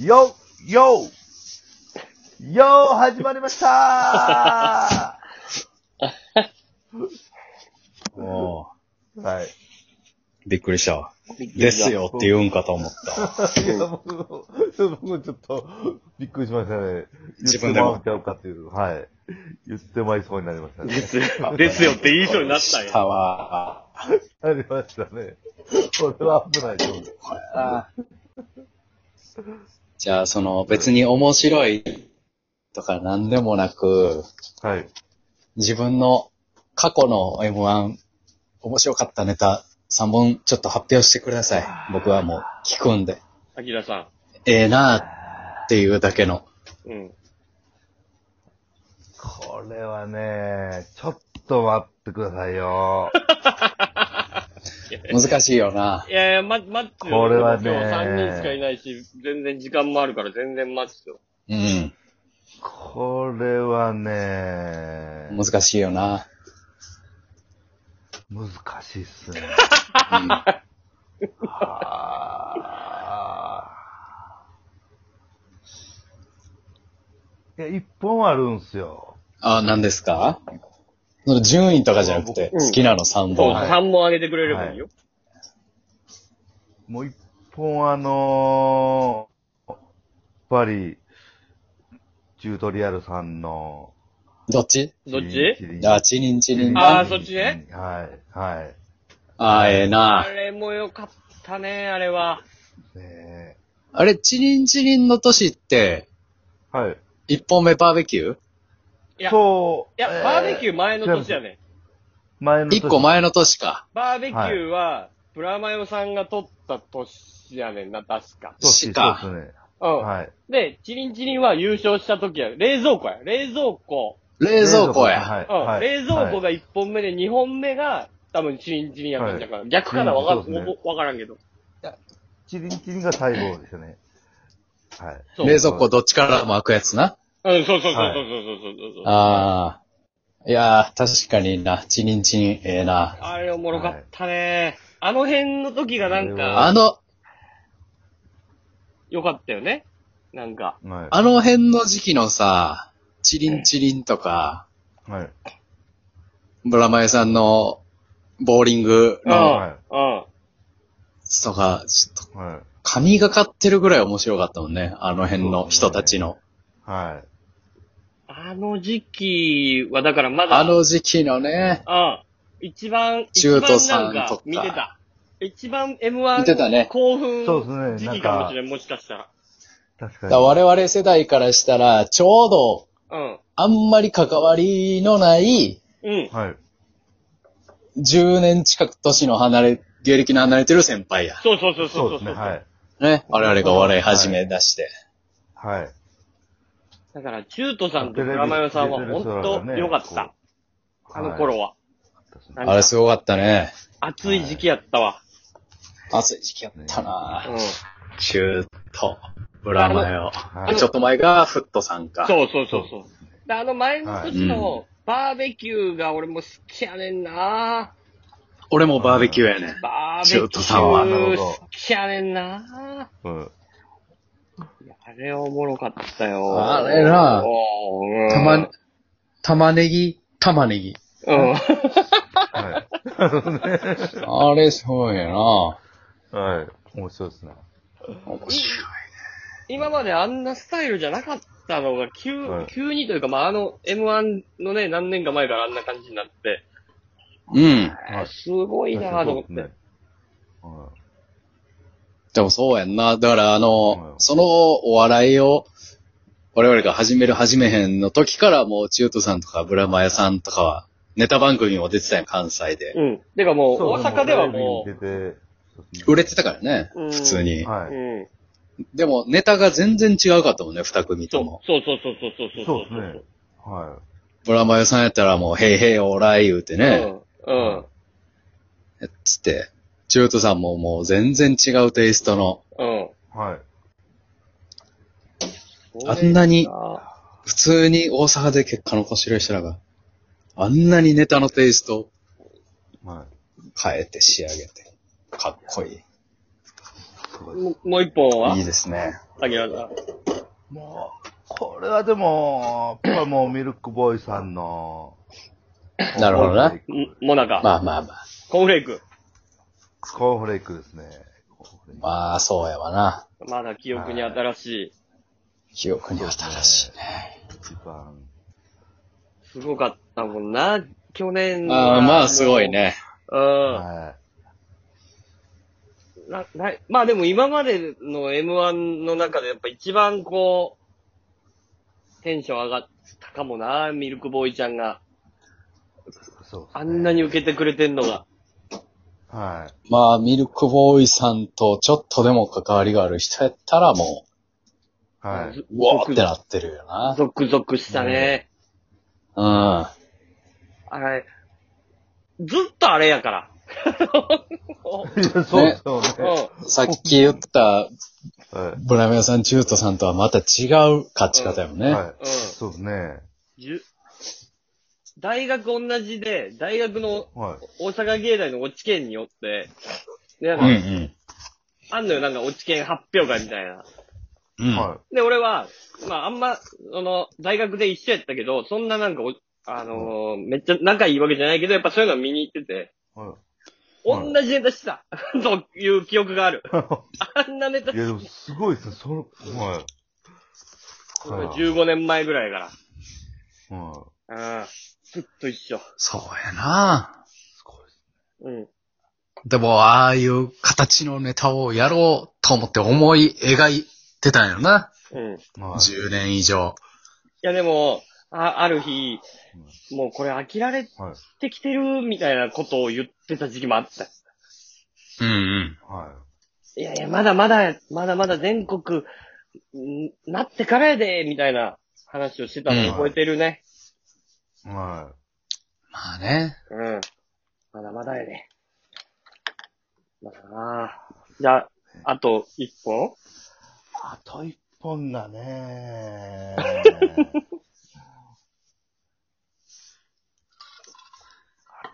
よよよ始まりま したおーーはい。びっくりしたわ。ですよって言うんかと思った。いや、僕も、僕もちょっと、びっくりしましたね。自分でも言ってまうちゃうかっていう。はい。言ってまいそうになりましたねで。すですよって言いそうになったんしたや。わ。 なりましたね。これは危ないと思う。じゃあ、その別に面白いとか何でもなく、はい。自分の過去の M1、面白かったネタ3本ちょっと発表してください。僕はもう聞くんで。アキラさええなあっていうだけの。ん。うん。。これはね、ちょっと待ってくださいよ。難しいよないやいや、ま、待つよ。これはね今日3人しかいないし、全然時間もあるから全然待つよ。うん。これはね、難しいよな。難しいっすね。 うん、はぁ。いや、一本あるんすよ。あ、何ですかその順位とかじゃなくて、うん好きなの3そう、本。はい3本あげてくれればいいよ。もう一本あのー、やっぱり、チュートリアルさんの、どっちどっチちリンあ、チリンチリンあだ。ーそっちねはい、はい。あー、ええなあれもよかったね、あれは。ねえあれ、チリンチリンの年って、はい。一本目バーベキューいや、いそう。や、バーベキューー前の年やね。前の年一個前の年か。バーベキューは、プラマヨさんが取った年やねんな、確か。そうしかそうですね。うん。はい。で、チリンチリンは優勝した時や。冷蔵庫や。冷蔵庫。冷蔵庫や。はいうん。はい冷蔵庫はが1本目で2本目が、多分チリンチリンやったんじゃから、逆かなうんわか,、そうですねわわからんけど。いチリンチリンが最後ですね。はい。そう冷蔵庫どっちからも開くやつな。うん、そうそうそうそうはいそうそうそう、ああ。いやー、確かにな。チリンチリン、ええな。あれおもろかったね、あの辺の時がなんあか、あの、良かったよね。なんか。はい。あの辺の時期のさ、チリンチリンとか、はい。ブラマヨさんの、ボーリングうん。の、はうん。とか、ちょっと、はい。神がかってるぐらい面白かったもんね。あの辺の人たちの。はい。あの時期は、だからまだ、あの時期のね、うん。一番、中途一番さなんんとかか、見てた。一番見てた M1、ね。興奮そうですね時期かもしれん、もしかした確かに。だから我々世代からしたら、ちょうど、ら。うん。あんまり関わりのない、うん。はい。 10年近く年の離れ、芸歴の離れてる先輩や。そうそうそうそそううですね。はい。ね。我々がお笑い始め出して。はい。だから、中途さんとブラマヨさんは本当良かった。あの頃は。はい。あれすごかったね。暑い時期やったわ。暑い時期やったう。なん中途、ブラマヨ。はいちょっと前がフットさんか。そうそうそうそう。であの前の年はのバーベキューが俺も好きやねんな俺もバーベキューやね。バーベ中キ途ュさんはー好きやねんなうん。いやあれおもろかったよ。あれなおーうんたま、玉ねぎ、玉ねぎ。うん。はい。あれすごいやな。はい。 面白いですね。面白い。今まであんなスタイルじゃなかったのが、急、はい急にというか、まあ、あの、M1 のね、何年か前からあんな感じになって、うん。はいすごいなぁと思って。そうですねはでもそうやんな。だからあのう、んそのお笑いを、我々が始める始めへんの時からもう、中途さんとかブラマヤさんとかは、ネタ番組も出てたやん、関西で。うん。てかも、いう大阪ではもテレビに出て売れてたからね、うん普通に。う、はい。うん。でも、ネタが全然違うかったもんね、二組そとうも。そうそうそうそうそう。そうですね。はブラマヤさんやったらもう、へいへいおらい言うてうね、ん。うん。つって、中途さんももう全然違うテイストの、うん。い。はい。あんなにあ普通に大阪で結果残してる人らが、あんなにネタのテイストをは変えて仕上げて、かっこいい。い。ももう一本はいいですね。竹原さん。もう、これはでも、やっぱもうミルクボーイさんの、 なるほどなコーンフレークんモナカ、まあまあまあ。コーンフレーク。コーンフレークですね。コーンフレークまあ、そうやわな。まだ記憶に新しい。記憶に新しいね。一番。すごかったもんな、去年はああ、まあ、すごい。ね。うん。はなないまあでも今までの M1 の中でやっぱ一番こう、テンション上がったかもな、ミルクボーイちゃんが。い。そうですねあんなに受けてくれてんのが。はまあ、ミルクボーイさんとちょっとでも関わりがある人やったらもい。はい。ゾう、うわーってなってるよな。ゾクゾクしたね。うん。あれ、ずっとあれやから。 いや、そうそううんね。さっき言ったはブラメアさん、チュートさんとはまた違う勝ち方よい。ね。はい。そうですね。じゅ大学同じで、大学のはい。大阪芸大の落ち研によって、で、なんうんか、うん。あんのよ、なんか落ち研発表会みたいな。うん。はで、俺は、まあ、あんま、その、大学で一緒やったけど、そんななんかお、あのーめっちゃ仲いいわけじゃないけど、やっぱそういうのは見に行ってて、い。 は同はいじネタしてた、 という記憶がある。あんなネタい。いや、でもすごいですね。その、はい。はい15年前ぐらいかはい。ら。うん。ずっと一緒。そうやな。すごいですうん。でも、ああいう形のネタをやろうと思って思い描いてたんやな。うん。いね。はい。 10年以上。や、でも、あ、ある日、もうこれ飽きられはい。てきてる、みたいなことを言ってた時期もあった。うんうん。はいやいや、まだまだ、まだまだ全国、んなってからやで、みたいな話をしてたうんのを覚えてるね。い。はまあね。うん。まだまだやで。まだなぁじゃあ、あと一本い。あと一本がね。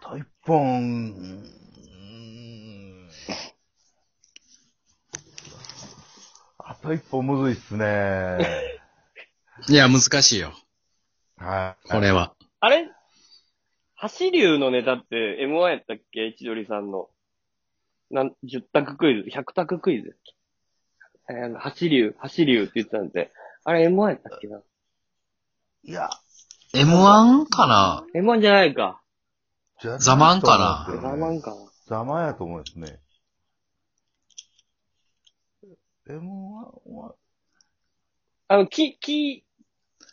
あと一本。うんあと一本むずいっすね。いや、難しいよ。はい。これは。あれ走流のネタって M1 やったっけ千鳥さんの。なん、10択クイズ ?100 択クイズえー、走流、走流って言ってたんで。あれ M1 やったっけないや、 M1 かな ?M1 じゃないか。ざまんかな我慢かな。ざまんやと思うんですね。M1 は、あの、木、木、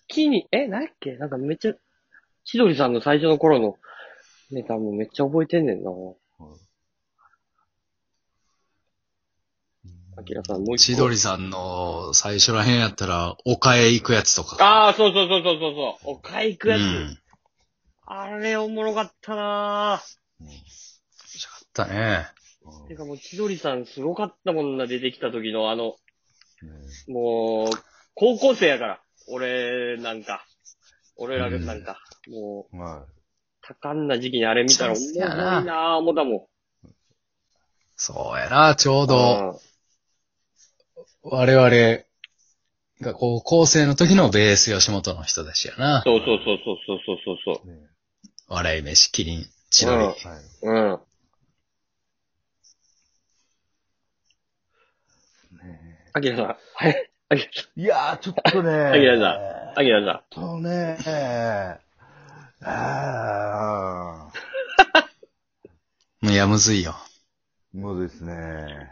木に、え、何やっけなんかめっちゃ、千鳥さんの最初の頃のネタもめっちゃ覚えてんねんな。あきらさん、もう一千個。鳥さんの最初らへんやったら、丘へ行くやつとか。ああ、そうそうそうそうそうそう。おかいくうやつ。ん。あれおもろかったなだね。ぁ。てかもう千鳥さんすごかったもんな、出てきた時のあの、もう、高校生やから。俺なんか。俺らなんか。もう、うんは多感な時期にあれ見たらおもろいなぁ、思ったもん。そうやな、ちょうど。うん我々が高校生の時のベース吉本の人たちやな。そうそうそうそうそうそうそう。い。ね笑い飯、キリン、千鳥。うんはい。うん。ねアキラさん。 はい。アキラさいやー、ちょっとね。 あげるなちん。アキラさん。ょっとね。あーいや、むずいよ。むずいっすね。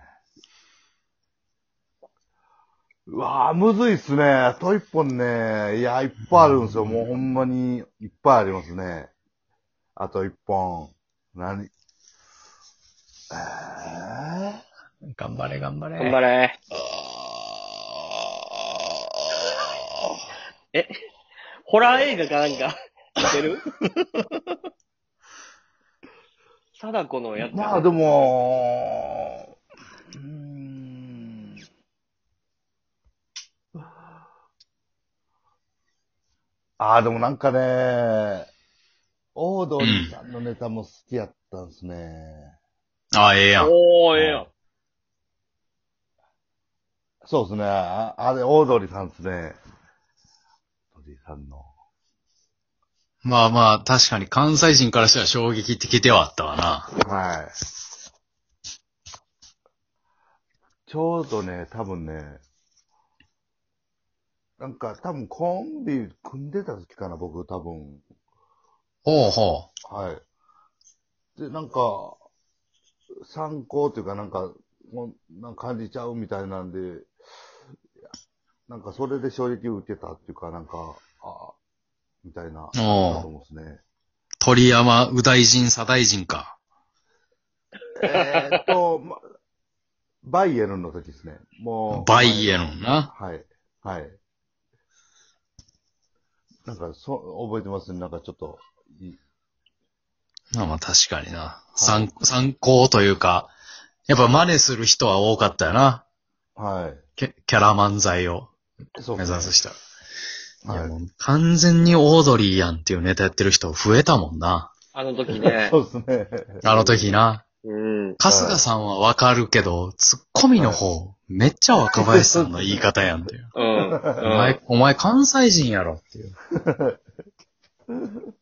うわー、むずいっすね。あと一本ね。いや、いっぱいあるんですよ。もうほんまに、いっぱいありますね。あと一本。何えー頑張れ、頑張れ。頑張れ。ホラー映画かなんか見てる貞子のやつ。まあでも、うーん。ああ、でもなんかね、オードリーさんのネタも好きやったんですね。ああ、ええやん。おー、ええやん。そうですね。ああれ、オードリーさんですね。オードリーさんの。まあまあ、確かに関西人からしたら衝撃的ではあったわな。はい。ちょうどね、多分ね、なんか多分コンビ組んでた時かな、僕多分。ほうほはい。で、なんか、参考というか、なんか、もうなんか感じちゃうみたいなんで、いやなんかそれで衝撃を受けたっていうか、なんか、あみたいな、う。だとおう。思うんですね。鳥山、右大臣、左大臣か。えーっと、ま、バイエルンの時ですね。もう。バイエルンな。はい。はい。なんか、そ、覚えてますね。なんかちょっと、いまあまあ確かにな。参、参考というか、やっぱ真似する人は多かったよな。はキャキャラ漫才をい。そう目です指ねす人。いやはいもう完全にオードリーやんっていうネタやってる人増えたもんな。あの時ね。 そうですね。あの時な。うん。春日さんはわかるけど、ツッコミの方、めっちゃ若林さんの言い方やんっていう。うん。うお前ん、お前関西人やろっていう。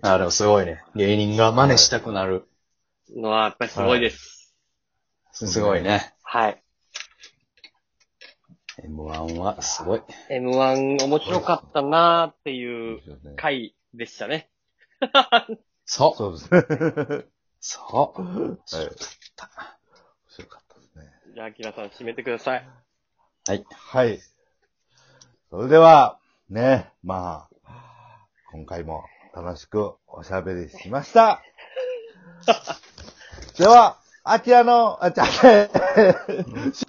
あ、でもすごいね。芸人が真似したくなる。のは、やっぱりすごいです。すごいね。はい。 M1 はすごい。 M1 面白かったなーっていうそうですね回でしたね。そう。そうですね。そう。はい。面た白かったですね。じゃあ、アキラさん締めてください。はい。はい。それでは、ね、まあ、今回も楽しくおしゃべりしました。では、あちらの、あちゃ、